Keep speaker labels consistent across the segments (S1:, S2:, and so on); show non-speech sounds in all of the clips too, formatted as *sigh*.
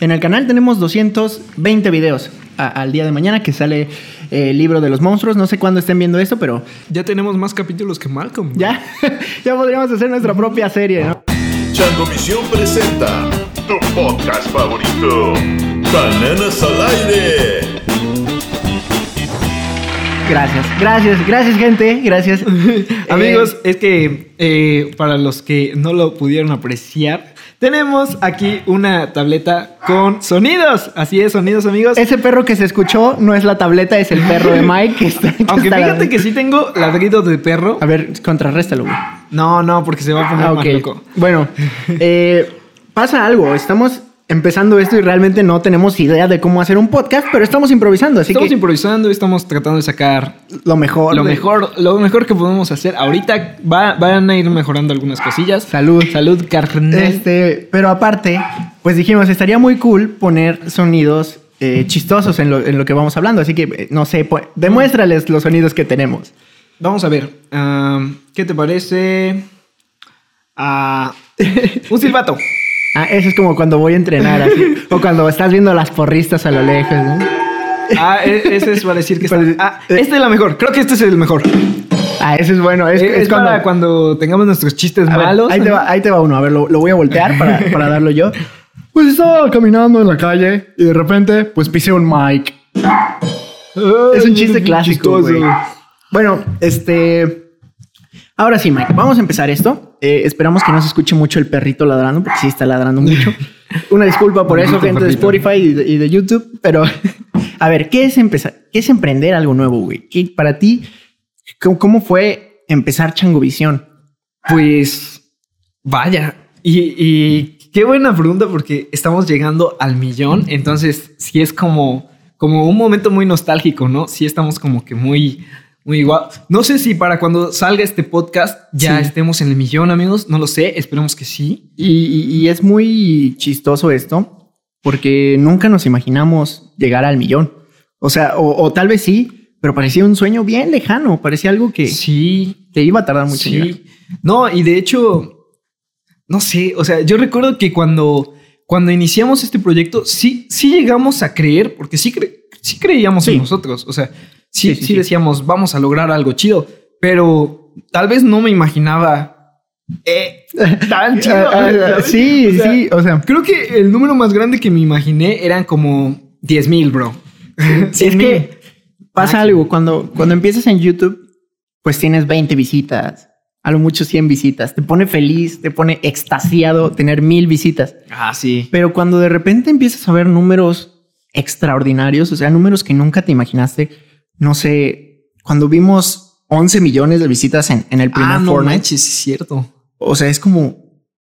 S1: En el canal tenemos 220 videos a- al día de mañana que sale eh, el libro de los monstruos. No sé cuándo estén viendo esto, pero
S2: Ya tenemos más capítulos que Malcolm. güey.
S1: ya, *laughs* ya podríamos hacer nuestra propia serie, ¿no?
S3: Changomisión presenta tu podcast favorito. Bananas al aire.
S1: Gracias, gracias, gracias, gente. Gracias.
S2: *laughs* Amigos, es que eh, para los que no lo pudieron apreciar, tenemos aquí una tableta con sonidos. Así es, sonidos, amigos.
S1: Ese perro que se escuchó no es la tableta, es el perro de Mike. que está- que
S2: Aunque
S1: está
S2: fíjate
S1: ladrando.
S2: que sí tengo ladrido de perro.
S1: A ver, contrarréstalo, güey.
S2: No, no, porque se va a poner
S1: Ah,
S2: más
S1: ok.
S2: loco.
S1: Bueno, eh, pasa algo. Estamos empezando esto y realmente no tenemos idea de cómo hacer un podcast, pero estamos improvisando, así
S2: estamos
S1: que
S2: improvisando y estamos tratando de sacar
S1: lo mejor.
S2: lo
S1: de-
S2: mejor, lo mejor que podemos hacer. Ahorita va- van a ir mejorando algunas cosillas.
S1: Salud.
S2: Salud, carnal.
S1: Este, pero aparte, pues dijimos, estaría muy cool poner sonidos eh, chistosos en lo, en lo que vamos hablando. Así que, eh, no sé, pues, demuéstrales los sonidos que tenemos.
S2: Vamos a ver. am, ¿Qué te parece? Ah, *laughs* un silbato.
S1: Ah, eso es como cuando voy a entrenar, *laughs* así. o cuando estás viendo a las porristas a lo lejos. ¿no?
S2: Ah, e- ese es para decir que está.
S1: Parece- eh,
S2: Ah, este es la mejor. Creo que este es el mejor.
S1: Ah, eso es bueno. Es,
S2: Es,
S1: es cuando,
S2: para cuando tengamos nuestros chistes
S1: A ver,
S2: malos.
S1: ahí,
S2: *laughs*
S1: te va, ahí te va uno. A ver, lo, lo voy a voltear para, para darlo yo. *laughs* Pues estaba caminando en la calle y de repente, pues pisé un mic. Es un chiste clásico, güey. Bueno, este... Ahora sí, Mike, vamos a empezar esto. Eh, esperamos que no se escuche mucho el perrito ladrando, porque sí está ladrando mucho. Una disculpa por eso,
S2: Maldito
S1: gente de
S2: perrito.
S1: Spotify y de, y de YouTube, pero *laughs* a ver, ¿qué es empezar? ¿Qué es emprender algo nuevo, güey? ¿Qué- Para ti, ¿cómo, cómo fue empezar Changovisión?
S2: Pues vaya. Y, y qué buena pregunta porque estamos llegando al millón. Entonces, sí es como, como un momento muy nostálgico, ¿no? Sí estamos como que muy, muy igual. No sé si para cuando salga este podcast ya
S1: Sí.
S2: estemos en el millón, amigos. No lo sé. Esperemos que sí.
S1: Y, y- y es muy chistoso esto, porque nunca nos imaginamos llegar al millón. O sea, o, o tal vez sí, pero parecía un sueño bien lejano, parecía algo que
S2: Sí.
S1: te iba a tardar mucho. en llegar.
S2: Sí. No, y de hecho, no sé, o sea, yo recuerdo que cuando, cuando iniciamos este proyecto, sí, sí llegamos a creer, porque sí, cre- sí creíamos
S1: Sí.
S2: en nosotros, o sea, sí,
S1: Sí,
S2: sí,
S1: sí, sí.
S2: decíamos, vamos a lograr algo chido, pero tal vez no me imaginaba eh, *laughs*
S1: *laughs*
S2: tan chido.
S1: Ah, ah,
S2: ¿sabes?
S1: sí,
S2: O sea,
S1: sí, o sea,
S2: Creo que el número más grande que me imaginé eran como 10 mil, *laughs* bro.
S1: es
S2: 100,000.
S1: que
S2: ah,
S1: pasa algo, cuando, cuando empiezas en YouTube, pues tienes 20 visitas, a lo mucho 100 visitas, te pone feliz, te pone extasiado tener mil visitas.
S2: Ah, sí.
S1: Pero cuando de repente empiezas a ver números extraordinarios, o sea, números que nunca te imaginaste, no sé, cuando vimos 11 millones de visitas en, en el primer
S2: Ah, no
S1: Fortnite,
S2: manches, es cierto.
S1: o sea, es como,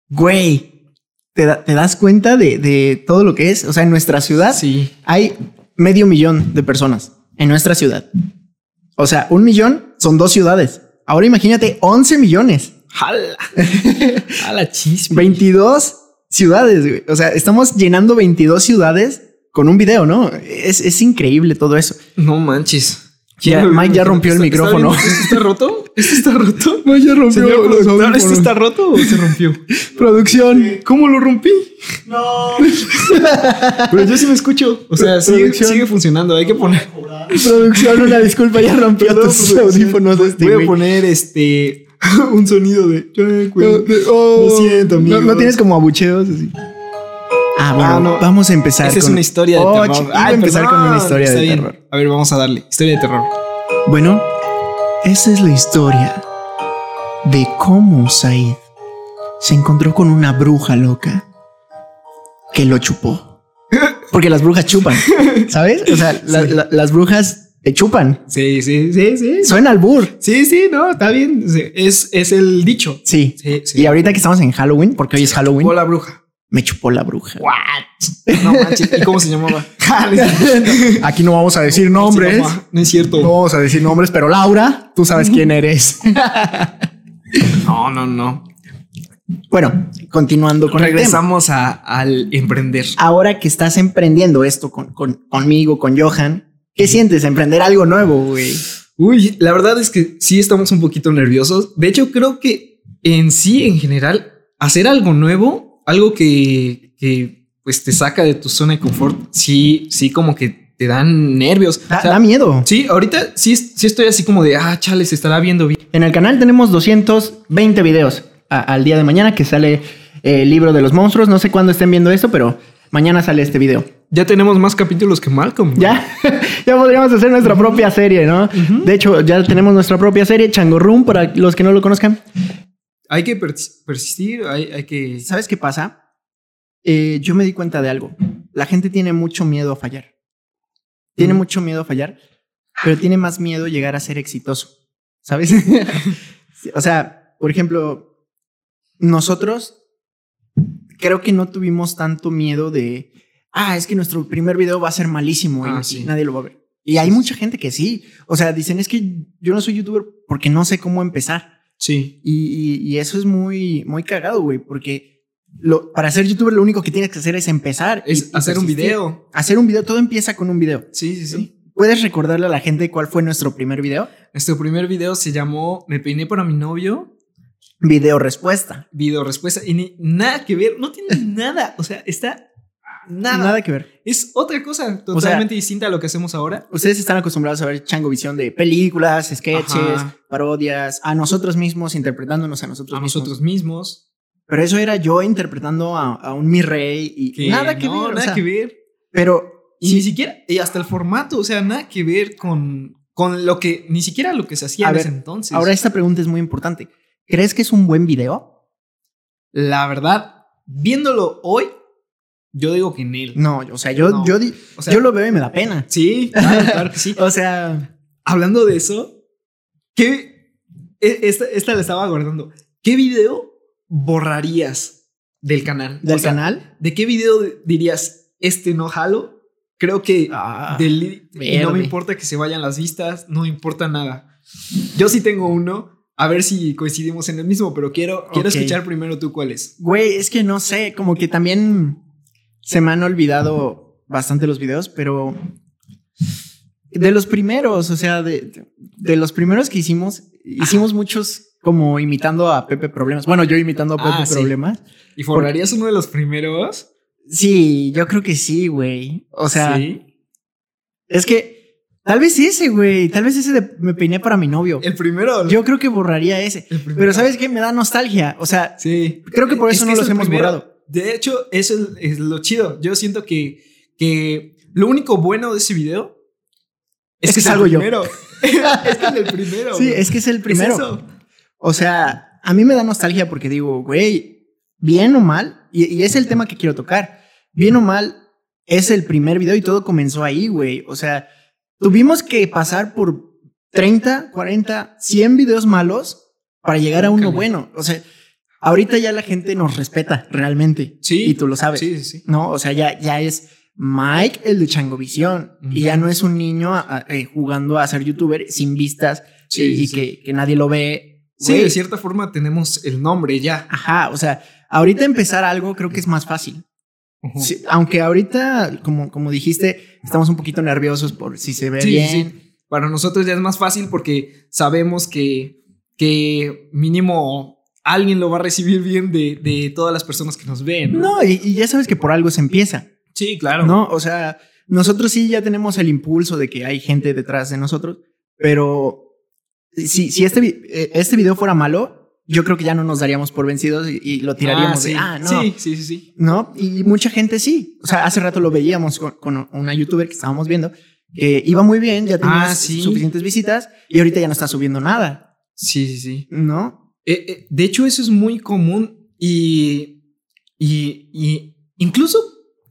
S1: güey, te, da- te das cuenta de, de todo lo que es. O sea, en nuestra ciudad
S2: Sí.
S1: hay medio millón de personas, en nuestra ciudad. O sea, un millón son dos ciudades. Ahora imagínate 11 millones.
S2: *laughs* ¡Jala! ¡Jala chisme!
S1: 22 ciudades, güey. O sea, estamos llenando 22 ciudades con un video, ¿no? Es, es increíble todo eso.
S2: No manches.
S1: Ya, Mike ya rompió el
S2: ¿Está- está
S1: micrófono.
S2: bien? ¿Esto está roto? ¿Esto está roto?
S1: *laughs* Mike ya rompió
S2: Señor
S1: los
S2: productor, ¿esto
S1: audífonos.
S2: está roto o se rompió?
S1: Producción.
S2: ¿Cómo lo rompí? No. *laughs* Pero yo sí me escucho. O sea, sigue,
S1: Producción.
S2: sigue funcionando. Hay que poner.
S1: Producción, una disculpa, ya *laughs* rompió
S2: Perdón,
S1: tus
S2: producción.
S1: audífonos este,
S2: Voy
S1: güey.
S2: a poner este. *laughs* Un sonido de.
S1: No, de- oh,
S2: Lo siento,
S1: no,
S2: amigos.
S1: no tienes como abucheos así. Ah, bueno,
S2: Ah, no.
S1: vamos a empezar
S2: Esa es
S1: con-
S2: una historia de
S1: Oh,
S2: terror.
S1: ch- Iba a empezar
S2: perdón.
S1: con una historia
S2: Está
S1: de
S2: bien.
S1: terror.
S2: A ver, vamos a darle. Historia de terror.
S1: Bueno, esa es la historia de cómo Said se encontró con una bruja loca que lo chupó. Porque las brujas chupan, ¿sabes? O sea, la- la- las brujas eh, chupan.
S2: Sí, sí, sí, sí.
S1: Suena al burro.
S2: Sí, sí, no, está bien. Sí, Es, es el dicho.
S1: Sí.
S2: Sí, sí.
S1: Y ahorita que estamos en Halloween, porque hoy es Halloween,
S2: O la bruja.
S1: me chupó la bruja.
S2: No manches. ¿Y cómo se llamaba?
S1: *laughs* Ah, Aquí no vamos a decir nombres.
S2: No es cierto.
S1: No vamos a decir nombres, pero Laura, tú sabes quién eres.
S2: No, no, no.
S1: Bueno, continuando con el tema.
S2: Regresamos a- al emprender.
S1: ahora que estás emprendiendo esto con, con- conmigo, con Johan, ¿qué sientes? Emprender algo nuevo, güey.
S2: Uy, la verdad es que sí estamos un poquito nerviosos. De hecho, creo que en sí, en general, hacer algo nuevo, algo que, que, pues te saca de tu zona de confort, sí, sí, como que te dan nervios.
S1: Da,
S2: O sea,
S1: da miedo.
S2: Sí, ahorita sí, sí estoy así como de, ah, chale, se estará viendo bien.
S1: En el canal tenemos 220 videos a- al día de mañana que sale eh, el libro de los monstruos. No sé cuándo estén viendo esto, pero mañana sale este video.
S2: Ya tenemos más capítulos que Malcolm. güey.
S1: Ya, *laughs* ya podríamos hacer nuestra propia serie, ¿no? De hecho, ya tenemos nuestra propia serie, Changorrum, para los que no lo conozcan.
S2: Hay que pers- persistir, hay, hay que...
S1: ¿Sabes qué pasa? Eh, yo me di cuenta de algo. La gente tiene mucho miedo a fallar. Tiene
S2: Mm.
S1: mucho miedo a fallar, pero tiene más miedo llegar a ser exitoso. ¿Sabes? *laughs* Sí, o sea, por ejemplo, nosotros creo que no tuvimos tanto miedo de, ah, es que nuestro primer video va a ser malísimo y-
S2: Ah,
S1: y,
S2: sí.
S1: nadie lo va a ver. Y hay mucha gente que sí. O sea, dicen, es que yo no soy youtuber porque no sé cómo empezar.
S2: Sí.
S1: Y, y- y eso es muy, muy cagado, güey, porque lo, para ser youtuber lo único que tienes que hacer es empezar. y-
S2: Es
S1: y
S2: hacer un
S1: persistir.
S2: video.
S1: Hacer un video, todo empieza con un video.
S2: Sí, sí, sí.
S1: ¿Puedes recordarle a la gente cuál fue nuestro primer video?
S2: Nuestro primer video se llamó Me peiné para mi novio,
S1: Video respuesta.
S2: video respuesta, y ni- nada que ver, no tiene *laughs* nada, o sea, está nada.
S1: Nada. que ver.
S2: Es otra cosa totalmente distinta a lo que hacemos ahora.
S1: Ustedes están acostumbrados a ver Chango Visión de películas, sketches,
S2: Ajá.
S1: parodias, a nosotros mismos, interpretándonos a nosotros
S2: A
S1: mismos.
S2: nosotros mismos.
S1: Pero eso era yo interpretando a, a un mi rey y nada que
S2: no,
S1: ver. o
S2: Nada
S1: sea,
S2: que ver.
S1: Pero
S2: Y
S1: sí,
S2: ni siquiera, y hasta el formato, o sea, nada que ver con, con lo que, ni siquiera lo que se hacía
S1: A
S2: en
S1: ver,
S2: ese entonces.
S1: ahora esta pregunta es muy importante. ¿Crees que es un buen video?
S2: la verdad, viéndolo hoy, yo digo que en él.
S1: No, o sea, yo,
S2: No.
S1: yo, di-
S2: O sea-
S1: yo lo veo y me da pena.
S2: Sí, claro, claro que sí.
S1: *laughs* O sea,
S2: Hablando de eso, ¿qué, e- esta, esta la estaba guardando. ¿Qué video borrarías del canal?
S1: del
S2: O sea,
S1: canal.
S2: ¿De qué video dirías, este no jalo? Creo que
S1: Ah,
S2: del- no
S1: verde.
S2: me importa que se vayan las vistas, no me importa nada. Yo sí tengo uno, a ver si coincidimos en el mismo, pero quiero, quiero
S1: Ok.
S2: escuchar primero tú cuál es.
S1: Güey, es que no sé, como que también se me han olvidado bastante los videos, pero de los primeros, o sea, de, de los primeros que hicimos, hicimos muchos como imitando a Pepe Problemas. Bueno, yo imitando a Pepe
S2: Ah, sí.
S1: Problemas.
S2: ¿Y forrarías uno de los primeros?
S1: Sí, yo creo que sí, güey. O sea,
S2: Sí.
S1: es que tal vez ese, güey, tal vez ese de me peiné para mi novio.
S2: El primero.
S1: Yo creo que borraría ese.
S2: el primero.
S1: Pero ¿sabes qué? Me da nostalgia. O sea,
S2: Sí.
S1: creo que por eso
S2: Es
S1: no
S2: es
S1: los
S2: el
S1: hemos
S2: primero.
S1: borrado.
S2: De hecho, eso es, es lo chido. Yo siento que, que lo único bueno de ese video
S1: Es que
S2: el
S1: salgo yo.
S2: primero. *laughs* es que es el primero.
S1: Sí,
S2: güey.
S1: es que es el
S2: Es
S1: primero.
S2: eso.
S1: o sea, a mí me da nostalgia porque digo, güey, bien o mal, y, y es el tema que quiero tocar, bien o mal, es el primer video y todo comenzó ahí, güey. O sea, tuvimos que pasar por 30, 40, 100 videos malos para llegar a uno
S2: Cambio.
S1: bueno. O sea, ahorita ya la gente nos respeta realmente.
S2: Sí.
S1: Y tú lo sabes.
S2: Sí, sí, sí.
S1: No, o sea, ya, ya es Mike el de Changovisión y ya no es un niño a- a- eh, jugando a ser youtuber sin vistas
S2: Sí,
S1: y, y
S2: sí.
S1: Que, que nadie lo ve.
S2: Sí,
S1: Güey,
S2: de cierta forma tenemos el nombre ya.
S1: Ajá, o sea, ahorita empezar algo creo que es más fácil.
S2: Ujú.
S1: Sí, aunque ahorita, como, como dijiste, estamos un poquito nerviosos por si se ve
S2: Sí,
S1: bien.
S2: sí, Para nosotros ya es más fácil porque sabemos que, que mínimo alguien lo va a recibir bien de, de todas las personas que nos ven.
S1: No, y, y ya sabes que por algo se empieza,
S2: Sí, claro.
S1: ¿no? O sea, nosotros sí ya tenemos el impulso de que hay gente detrás de nosotros, pero si, si este, vi- eh, este video fuera malo, yo creo que ya no nos daríamos por vencidos y, y lo tiraríamos
S2: Ah, sí.
S1: de, ah, no.
S2: sí, sí, sí, sí.
S1: ¿no? Y mucha gente sí. O sea, hace rato lo veíamos con, con una youtuber que estábamos viendo, que iba muy bien, ya tenía
S2: Ah, sí.
S1: suficientes visitas y ahorita ya no está subiendo nada,
S2: Sí, sí, sí.
S1: ¿no?
S2: Eh, eh, de hecho, eso es muy común y, y, y incluso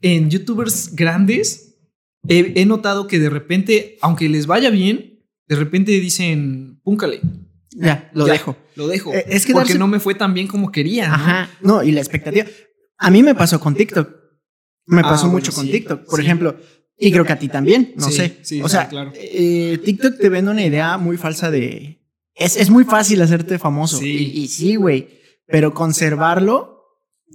S2: en youtubers grandes he, he notado que de repente, aunque les vaya bien, de repente dicen, púncale,
S1: Ya, lo
S2: Ya.
S1: dejo.
S2: lo dejo.
S1: Eh, es que
S2: porque
S1: darse-
S2: no me fue tan bien como quería. ¿no?
S1: Ajá. No, y la expectativa. A mí me pasó con TikTok. Me
S2: Ah,
S1: pasó
S2: bueno,
S1: mucho con
S2: sí,
S1: TikTok, por
S2: sí.
S1: ejemplo. Y creo que a ti también, no
S2: Sí,
S1: sé.
S2: sí,
S1: o
S2: sí,
S1: sea,
S2: claro.
S1: eh, TikTok te vende una idea muy falsa de... Es, es muy fácil hacerte famoso.
S2: Sí.
S1: Y, y sí, güey. Pero conservarlo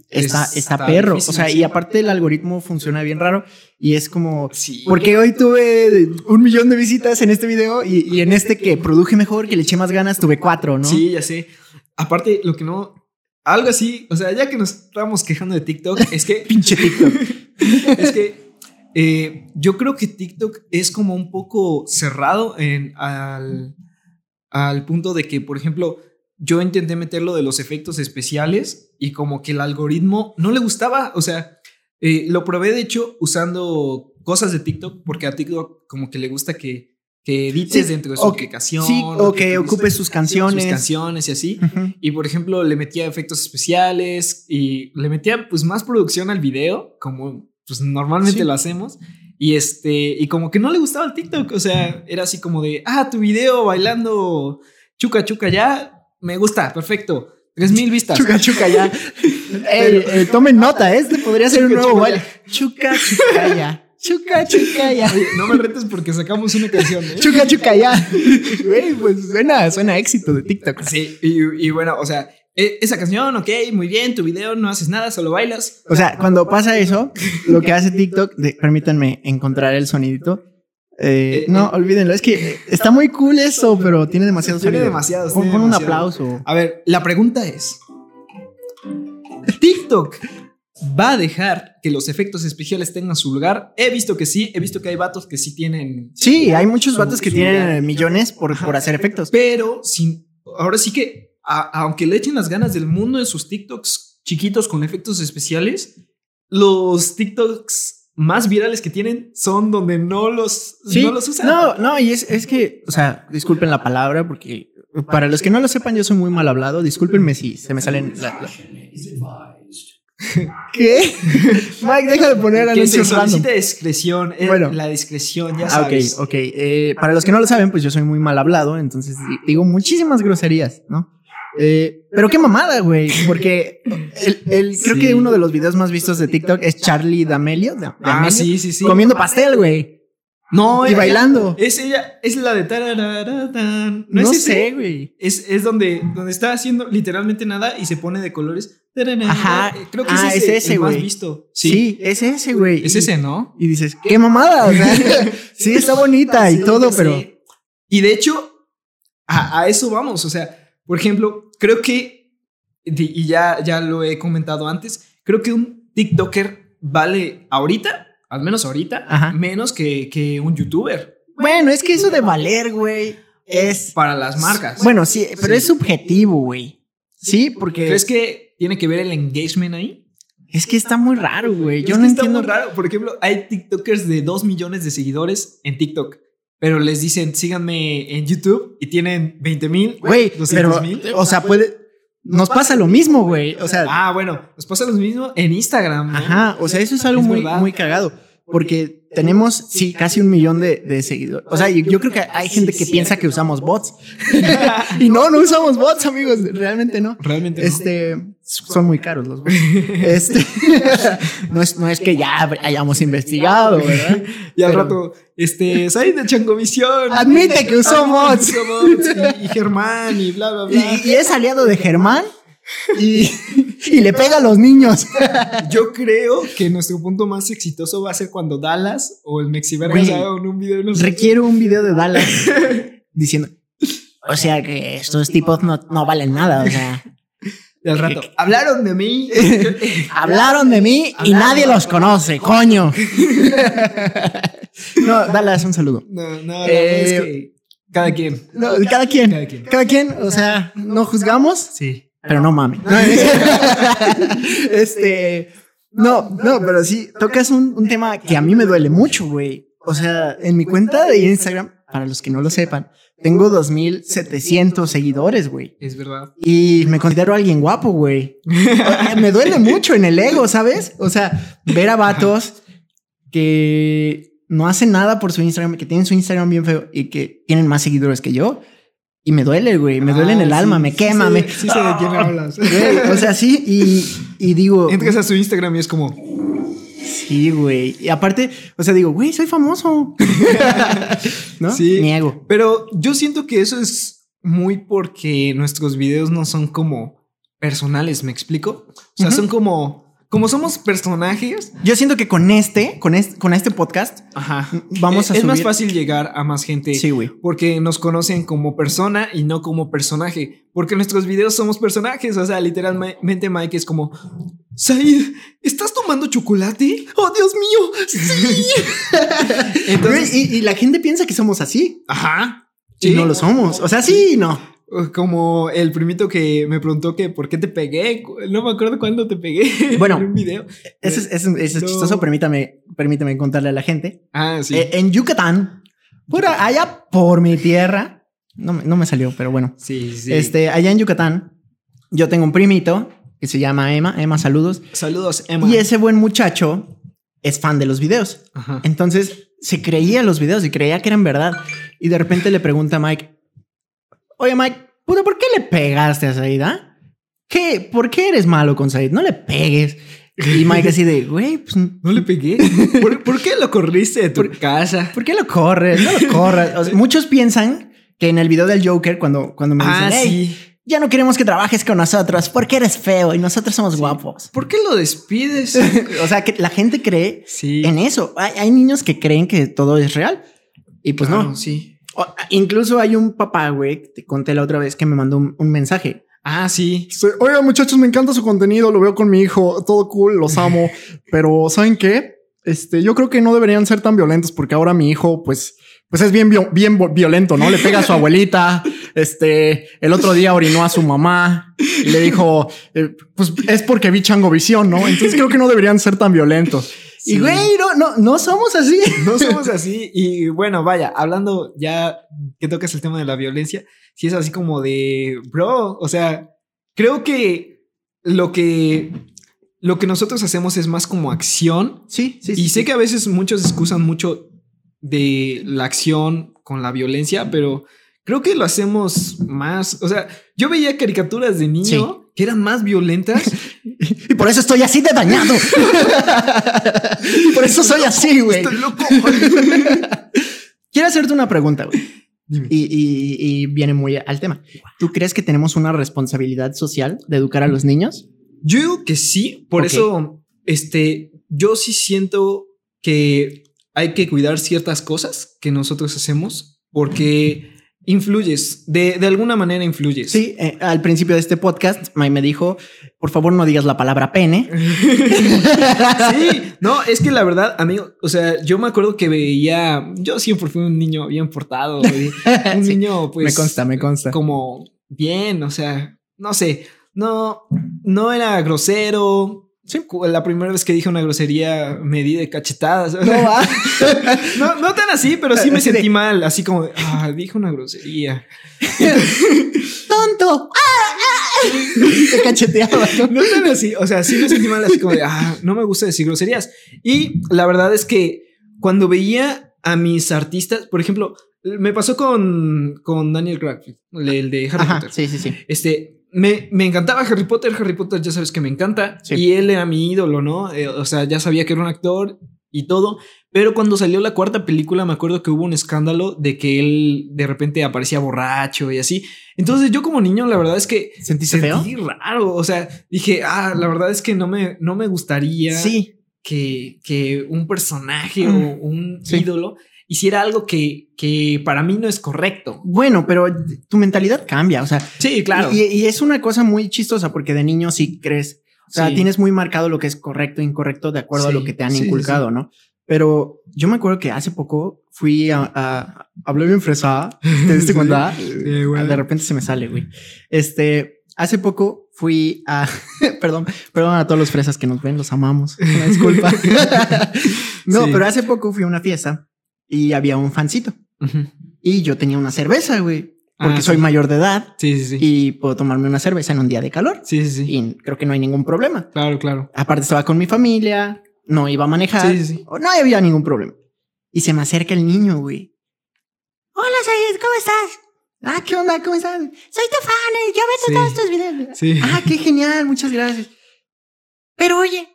S1: está,
S2: Es-
S1: está
S2: está
S1: perro.
S2: difícil,
S1: o sea,
S2: sí.
S1: y aparte el algoritmo funciona bien raro. Y es como...
S2: Sí.
S1: Porque hoy tuve un millón de visitas en este video y, y en este que produje mejor, que le eché más ganas, tuve cuatro, ¿no?
S2: Sí, ya sé. Aparte,
S1: *laughs*
S2: lo que no... Algo así, o sea, ya que nos estamos quejando de TikTok, es que
S1: Pinche TikTok.
S2: es que eh, yo creo que TikTok es como un poco cerrado en, al, al punto de que, por ejemplo, yo intenté meter lo de los efectos especiales y como que el algoritmo no le gustaba, o sea, eh, lo probé de hecho usando cosas de TikTok porque a TikTok como que le gusta que, que edites
S1: Sí,
S2: dentro de su
S1: o-
S2: aplicación.
S1: sí,
S2: o
S1: o
S2: que te
S1: que
S2: guste
S1: ocupes sus canciones.
S2: sus canciones y así.
S1: Ujú.
S2: Y por ejemplo, le metía efectos especiales y le metía pues más producción al video, como pues normalmente
S1: Sí.
S2: lo hacemos. Y este, y como que no le gustaba el TikTok, o sea, era así como de, ah, tu video bailando chuca chuca ya, me gusta, perfecto. 3000 vistas.
S1: Chuca, chuca, ya. Ey, eh, tomen nota, este podría ser un
S2: Chuca,
S1: nuevo
S2: chuca,
S1: baile. Chuca, chuca, ya. Chuca, chuca, ya.
S2: Oye, no me retes porque sacamos una canción, ¿eh?
S1: Chuca, chuca, ya. Güey, pues suena, suena a éxito de TikTok.
S2: Sí, y, y bueno, o sea, e- esa canción, ok, muy bien, tu video, no haces nada, solo bailas.
S1: O sea, cuando pasa eso, lo que hace TikTok, de- permítanme encontrar el sonidito. Eh, no, olvídenlo, es que está muy cool eso, pero tiene demasiado
S2: Tiene
S1: sonido.
S2: demasiado,
S1: Pon,
S2: tiene
S1: pon un
S2: demasiado.
S1: aplauso.
S2: A ver, la pregunta es: ¿TikTok va a dejar que los efectos especiales tengan su lugar? He visto que sí, he visto que hay vatos que sí tienen.
S1: Sí, hay muchos vatos que
S2: Sí,
S1: tienen
S2: ya.
S1: eh, millones por, por hacer efectos.
S2: Pero sin, ahora sí que, a- aunque le echen las ganas del mundo en sus TikToks chiquitos con efectos especiales, los TikToks más virales que tienen son donde no los,
S1: Sí.
S2: no los usan.
S1: No, no, y es, es que, o sea, disculpen la palabra porque para los que no lo sepan, yo soy muy mal hablado. Discúlpenme si se me salen. la- la-
S2: *laughs*
S1: ¿Qué? *laughs* Mike, deja de poner
S2: Que se
S1: anuncios random.
S2: solicita discreción, eh,
S1: Bueno.
S2: la discreción, ya
S1: Ah, ok,
S2: sabes.
S1: ok. Eh, para los que no lo saben, pues yo soy muy mal hablado, entonces di- digo muchísimas groserías, ¿no? Eh, pero qué mamada, güey, porque el, el- creo
S2: Sí.
S1: que uno de los videos más vistos de TikTok es Charlie D'Amelio, de-
S2: Ah,
S1: D'Amelio,
S2: sí, sí, sí.
S1: comiendo pastel, güey,
S2: No,
S1: y
S2: ella-
S1: bailando.
S2: Es ella, es la de tarararán.
S1: No,
S2: No, es ese?
S1: sé, güey.
S2: Es, es donde, donde está haciendo literalmente nada y se pone de colores. Tarararán.
S1: Ajá.
S2: Eh, Creo que
S1: Ah,
S2: es ese,
S1: es ese,
S2: el más
S1: güey.
S2: visto.
S1: Sí, es ese, güey.
S2: Es
S1: Y-
S2: ese, ¿no?
S1: Y dices, qué mamada. *laughs* o
S2: *laughs*
S1: sea, sí, está bonita y
S2: Sí,
S1: todo,
S2: sí.
S1: pero
S2: Y de hecho, a, a eso vamos. O sea, por ejemplo, creo que, di- y ya, ya lo he comentado antes, creo que un TikToker vale ahorita, al menos ahorita,
S1: Ajá.
S2: menos que, que un YouTuber
S1: bueno, es que eso de valer, güey, es.
S2: para las marcas.
S1: Bueno, sí, pero
S2: Sí.
S1: es subjetivo, güey. Sí, porque
S2: ¿Crees que tiene que ver el engagement ahí?
S1: es que está muy raro, güey. Yo
S2: Es
S1: no
S2: que está
S1: entiendo.
S2: muy raro. Por ejemplo, hay TikTokers de 2 millones de seguidores en TikTok, pero les dicen síganme en YouTube y tienen 20 mil.
S1: Güey,
S2: 200
S1: pero,
S2: mil.
S1: o sea, puede. Nos pasa lo mismo, güey. O sea,
S2: Ah, bueno, nos pasa lo mismo en Instagram. ¿no?
S1: ajá. O sea, eso es algo
S2: Es
S1: muy,
S2: verdad.
S1: muy cagado. Porque tenemos, sí, casi un millón de, de seguidores. O sea, y yo creo que hay gente que piensa que usamos *laughs* bots. y no, no usamos bots, amigos. Realmente no.
S2: Realmente. no.
S1: Este, son muy caros los *laughs* bots. Este, no, es, no es que ya hab- hayamos investigado, ¿verdad?
S2: y al
S1: pero-
S2: rato, este, Said de Changovisión.
S1: Admite que usó mods.
S2: Usó mods y, y Germán y bla, bla, bla.
S1: Y, y es aliado de Germán y, *laughs* y le pega a los niños.
S2: Yo creo que nuestro punto más exitoso va a ser cuando Dallas o el Mexivergas
S1: Güey.
S2: hagan un video de nosotros.
S1: Requiero un video de Dallas diciendo, o sea que estos tipos no, no valen nada, o sea,
S2: Y al rato, hablaron de *laughs* mí.
S1: hablaron de mí y nadie los conoce, coño. *laughs* No, Dallas, un saludo.
S2: No, no, la verdad es que cada quien.
S1: No, cada quien,
S2: Cada quien.
S1: cada quien, o sea, no juzgamos,
S2: Sí.
S1: Pero no mames. *laughs* este. No, no, pero sí, tocas un, un tema que a mí me duele mucho, güey. O sea, en mi cuenta de Instagram, para los que no lo sepan, tengo 2.700 seguidores, güey.
S2: Es verdad.
S1: Y me considero alguien guapo, güey. O- Me duele mucho en el ego, ¿sabes? O sea, ver a vatos que no hacen nada por su Instagram, que tienen su Instagram bien feo y que tienen más seguidores que yo. Y me duele, güey. Me duele en el
S2: Ah,
S1: alma,
S2: sí,
S1: me
S2: sí
S1: quema,
S2: sé-
S1: me, Ah.
S2: Sí, sé de quién
S1: *laughs*
S2: hablas. *laughs*
S1: Güey, o sea, sí, y, y digo,
S2: Entras a su Instagram y es como,
S1: sí, güey. Y aparte, o sea, digo, güey, soy famoso. *laughs* ¿No?
S2: Sí.
S1: Niego.
S2: Pero yo siento que eso es muy porque nuestros videos no son como personales, ¿me explico? O sea,
S1: Ujú.
S2: son como, como somos personajes,
S1: Yo siento que con este, con este, con este podcast,
S2: ajá,
S1: Vamos
S2: es,
S1: a
S2: eh, es más
S1: subir-
S2: fácil llegar a más gente.
S1: sí, güey.
S2: Porque nos conocen como persona y no como personaje. Porque en nuestros videos somos personajes. O sea, literalmente Mike es como... Said, ¿estás tomando chocolate? ¡Oh, Dios mío!
S1: *laughs*
S2: ¡Sí! Entonces...
S1: Güey, y, y la gente piensa que somos así.
S2: Ajá.
S1: Y no lo somos. O sea, sí y no.
S2: Como el primito que me preguntó que por qué te pegué. Cu- No me acuerdo cuándo te pegué. *laughs*
S1: Bueno.
S2: en un video.
S1: Eso es, eso es- eso es
S2: Eh, No.
S1: chistoso. Permítame, permítame contarle a la gente.
S2: Ah, sí.
S1: Eh, en Yucatán, por a- allá por mi tierra, no, me- no me salió, pero bueno.
S2: sí, sí.
S1: Este, allá en Yucatán, yo tengo un primito que se llama Emma. Emma, saludos.
S2: Saludos, Emma.
S1: Y ese buen muchacho es fan de los videos.
S2: Ajá.
S1: Entonces se creía los videos y creía que eran verdad. Y de repente le pregunta a Mike: Oye, Mike, puta, ¿por qué le pegaste a Said? ah? ¿Qué? ¿Por qué eres malo con Said? No le pegues. Y Mike así de, güey, pues,
S2: No le pegué. ¿Por, por qué lo corriste de tu casa?
S1: ¿por qué lo corres? No lo corras. O sea, muchos piensan que en el video del Joker, cuando, cuando me
S2: Ah,
S1: dicen, "Hey, ya no queremos que trabajes con nosotros porque eres feo y nosotros somos guapos.
S2: ¿Por qué
S1: *laughs*
S2: lo despides?
S1: o sea, que la gente cree
S2: sí.
S1: en eso. Hay, hay niños que creen que todo es real. Y pues
S2: Claro,
S1: no.
S2: Sí.
S1: O- incluso hay un papá, güey, que te conté la otra vez que me mandó un, un mensaje.
S2: Ah, sí.
S4: Sí, Oigan, muchachos, me encanta su contenido, lo veo con mi hijo, todo cool, los amo.
S1: *laughs*
S4: Pero, ¿saben qué? Este, yo creo que no deberían ser tan violentos porque ahora mi hijo, pues, pues es bien, vio- bien vo- violento, ¿no? Le
S1: *laughs*
S4: pega a su abuelita. Este, el otro día orinó a su mamá y le dijo, eh, pues es porque vi Chango Visión, ¿no? Entonces creo que no deberían ser tan violentos.
S1: Y güey, no, no, no somos así. *laughs*
S2: No somos así. Y bueno, vaya, hablando ya que tocas el tema de la violencia, si es así como de, bro, o sea, creo que lo que, lo que nosotros hacemos es más como acción.
S1: Sí, sí.
S2: Y sé que a veces muchos excusan mucho de la acción con la violencia, pero creo que lo hacemos más. O sea, yo veía caricaturas de niño
S1: Sí.
S2: que eran más violentas.
S1: Y por eso estoy así de dañado. *laughs* por eso soy así, *laughs* güey.
S2: Estoy loco.
S1: Quiero hacerte una pregunta, güey. Y, y- y viene muy al tema. ¿Tú crees que tenemos una responsabilidad social de educar a los niños?
S2: Yo digo que sí, por
S1: Ok.
S2: eso, este, yo sí siento que hay que cuidar ciertas cosas que nosotros hacemos porque influyes, de, de alguna manera influyes.
S1: Sí, eh, al principio de este podcast, May me dijo, por favor no digas la palabra *laughs* pene.
S2: *laughs* Sí, no, es que la verdad, amigo, o sea, yo me acuerdo que veía, yo siempre fui un niño bien portado, güey.
S1: *laughs*
S2: un
S1: Sí,
S2: niño pues
S1: me consta, me consta.
S2: como bien, o sea, no sé, no, no era grosero. Cu- La primera vez que dije una grosería me di de cachetadas. No, *laughs* no, tan así, pero sí me
S1: Así de-
S2: sentí mal, así como, de, ah, dije una grosería.
S1: *laughs* ¡Tonto! ¡Ah, ah! Te cacheteaba. ¿no?
S2: *laughs* No tan así, o sea, sí me sentí mal así como de, ah, no me gusta decir groserías. Y la verdad es que cuando veía a mis artistas, por ejemplo, me pasó con, con Daniel Radcliffe, el de Harry
S1: Ajá,
S2: Potter.
S1: sí, sí, sí.
S2: Este, me, me encantaba Harry Potter, Harry Potter ya sabes que me encanta.
S1: Sí.
S2: Y él era mi ídolo, ¿no? Eh, o sea, ya sabía que era un actor y todo. Pero cuando salió la cuarta película, me acuerdo que hubo un escándalo de que él de repente aparecía borracho y así. Entonces yo como niño, la verdad es que...
S1: ¿Sentiste feo?
S2: Sentí raro, o sea, dije, ah, la verdad es que no me, no me gustaría
S1: Sí.
S2: que, que un personaje
S1: Mm.
S2: o un
S1: Sí.
S2: ídolo hiciera algo que, que para mí no es correcto.
S1: Bueno, pero tu mentalidad cambia, o sea,
S2: Sí, claro.
S1: y, y es una cosa muy chistosa porque de niño sí crees, o sea,
S2: Sí.
S1: tienes muy marcado lo que es correcto e incorrecto de acuerdo a
S2: Sí,
S1: lo que te han
S2: sí, sí,
S1: inculcado, ¿no? Pero yo me acuerdo que hace poco fui a, a- hablé bien fresada, ¿te diste cuenta?
S2: *laughs*
S1: Ah,
S2: Sí, güey.
S1: de repente se me sale, güey. Este, hace poco fui a, *laughs* perdón, perdón a todos los fresas que nos ven, los amamos, una disculpa.
S2: *laughs*
S1: no,
S2: Sí.
S1: pero hace poco fui a una fiesta y había un fancito
S2: Ujú.
S1: y yo tenía una cerveza, güey, porque
S2: Ah,
S1: soy
S2: sí.
S1: mayor de edad
S2: Sí, sí, sí.
S1: y puedo tomarme una cerveza en un día de calor.
S2: Sí, sí, sí.
S1: Y creo que no hay ningún problema.
S2: Claro, claro.
S1: Aparte estaba con mi familia, no iba a manejar,
S2: Sí, sí, sí.
S1: no había ningún problema. Y se me acerca el niño, güey. Hola, Said, ¿cómo estás? Ah, ¿qué onda? ¿Cómo estás? Soy tu fan, eh, yo veo
S2: Sí.
S1: todos tus videos.
S2: Sí.
S1: Ah, qué genial, muchas gracias. Pero oye,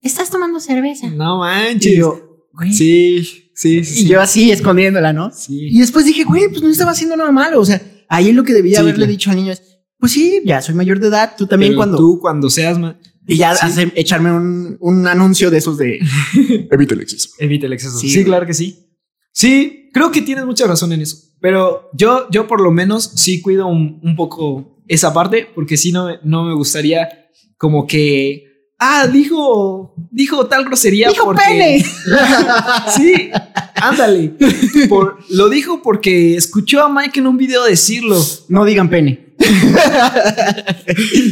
S1: estás tomando *laughs* cerveza.
S2: No manches.
S1: Y yo, güey.
S2: sí, sí, sí.
S1: Y
S2: sí.
S1: yo así escondiéndola, ¿no?
S2: Sí.
S1: Y después dije, güey, pues no estaba haciendo nada malo. O sea, ahí lo que debía
S2: Sí,
S1: haberle
S2: claro.
S1: dicho al niño es, pues sí, ya soy mayor de edad. Tú también
S2: Pero
S1: cuando...
S2: Tú cuando seas ma-
S1: Y ya hace- echarme un, un anuncio de esos de evita el exceso.
S2: Evita el exceso.
S1: Sí,
S2: Sí,
S1: güey.
S2: claro que sí. Sí, creo que tienes mucha razón en eso. Pero yo, yo por lo menos sí cuido un, un poco esa parte, porque sí no, me- no me gustaría como que. Ah, dijo, dijo tal grosería.
S5: Dijo
S2: porque-
S5: pene.
S2: Sí, ándale. Por- lo dijo porque escuchó a Mike en un video decirlo.
S1: No digan pene.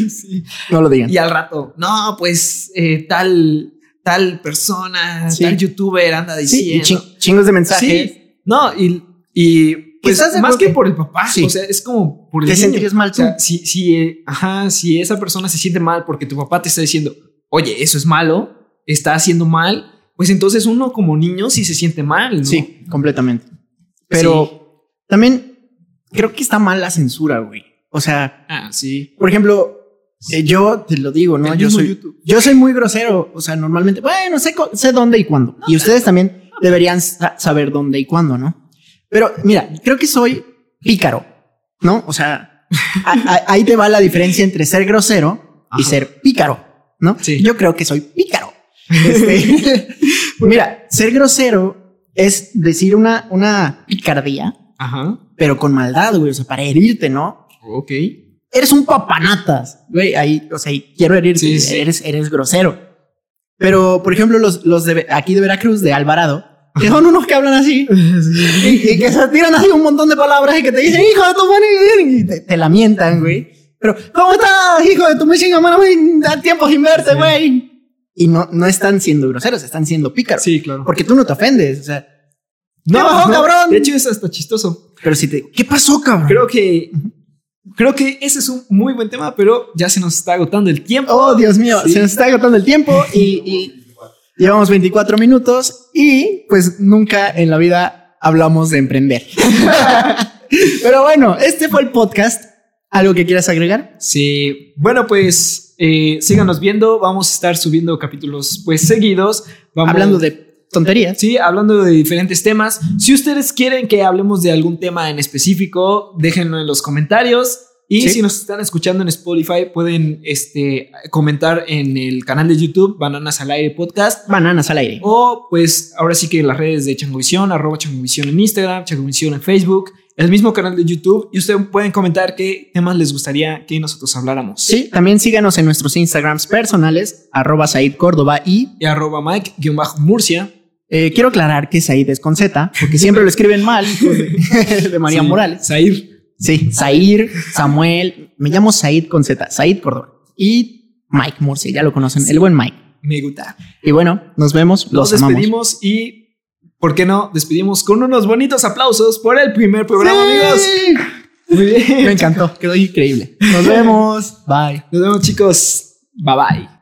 S2: Sí.
S1: No lo digan.
S2: Y al rato, no, pues eh, tal, tal persona,
S1: Sí.
S2: tal youtuber anda
S1: Sí, y
S2: diciendo.
S1: chin- chingos de mensajes.
S2: Sí. No, y, y pues
S1: estás de
S2: más
S1: acuerdo
S2: que por el papá,
S1: Sí.
S2: o sea, es como por el
S1: ¿Te
S2: niño.
S1: sentirías mal
S2: O sea,
S1: tú?
S2: si, si, eh, ajá, si esa persona se siente mal porque tu papá te está diciendo, oye, eso es malo, está haciendo mal, pues entonces uno como niño sí se siente mal, ¿no?
S1: Sí, completamente. Pero también creo que está mal la censura, güey. O sea,
S2: Ah, sí.
S1: por ejemplo, eh, yo te lo digo, ¿no?
S2: El
S1: Yo
S2: mismo
S1: soy,
S2: YouTube.
S1: yo soy muy grosero. O sea, normalmente, bueno, sé, co- sé dónde y cuándo. Y ustedes también deberían sa- saber dónde y cuándo, ¿no? Pero mira, creo que soy pícaro, ¿no? O sea, a- a- ahí te va la diferencia entre ser grosero y
S2: Ajá.
S1: ser pícaro, ¿no?
S2: Sí.
S1: Yo creo que soy pícaro.
S2: *laughs*
S1: Este, mira, ser grosero es decir una, una picardía,
S2: Ajá.
S1: pero con maldad, güey, o sea, para herirte, ¿no?
S2: Ok.
S1: Eres un papanatas, güey, ahí, o sea, y quiero herirte,
S2: Sí, sí.
S1: Eres, eres grosero. Pero, por ejemplo, los, los de Ve- aquí de Veracruz, de Alvarado, que son unos que hablan así y, y que se tiran así un montón de palabras y que te dicen, hijo de tu madre, y te, te lamentan, güey. Pero, ¿cómo estás, hijo de tu mechinga, mano? güey? Da tiempo sin verte,
S2: Sí.
S1: güey. Y no, no están siendo groseros, están siendo pícaros.
S2: *laughs* Sí, claro.
S1: Porque tú no te ofendes, o sea. ¿Qué pasó, cabrón?
S2: De hecho, es hasta chistoso.
S1: Pero si te. ¿Qué pasó, cabrón?
S2: Creo que creo que ese es un muy buen tema, pero ya se nos está agotando el tiempo.
S1: Oh, Dios mío,
S2: Sí.
S1: se nos está agotando el tiempo y, y llevamos 24 minutos y pues nunca en la vida hablamos de emprender. Pero bueno, este fue el podcast. ¿Algo que quieras agregar?
S2: Sí, bueno, pues eh, síganos viendo. Vamos a estar subiendo capítulos pues seguidos. Vamos-
S1: Hablando de tonterías.
S2: Sí, hablando de diferentes temas. Si ustedes quieren que hablemos de algún tema en específico, déjenlo en los comentarios. Y
S1: Sí.
S2: si nos están escuchando en Spotify, pueden este, comentar en el canal de YouTube Bananas al Aire Podcast.
S1: Bananas al aire.
S2: O pues ahora sí que en las redes de Changovisión, arroba Changovisión en Instagram, Changovisión en Facebook, el mismo canal de YouTube y ustedes pueden comentar qué temas les gustaría que nosotros habláramos.
S1: Sí, también síganos en nuestros Instagrams personales, arroba Said Córdoba y
S2: Y arroba Mike-Murcia.
S1: eh, quiero aclarar que Said es con Z, porque siempre lo escriben mal, *laughs* hijos de, de María
S2: Sí,
S1: Morales.
S2: Zair.
S1: Sí, Said, Samuel, me llamo Said con Z, Said Córdoba y Mike Murcia, ya lo conocen, el buen Mike.
S2: Me gusta.
S1: Y bueno, nos vemos. Los,
S2: Los
S1: amamos.
S2: despedimos y, ¿por qué no? Despedimos con unos bonitos aplausos por el primer programa, amigos. Muy
S1: Me
S2: bien.
S4: *laughs*
S1: encantó, quedó increíble. Nos vemos. Bye.
S2: Nos vemos, chicos. Bye bye.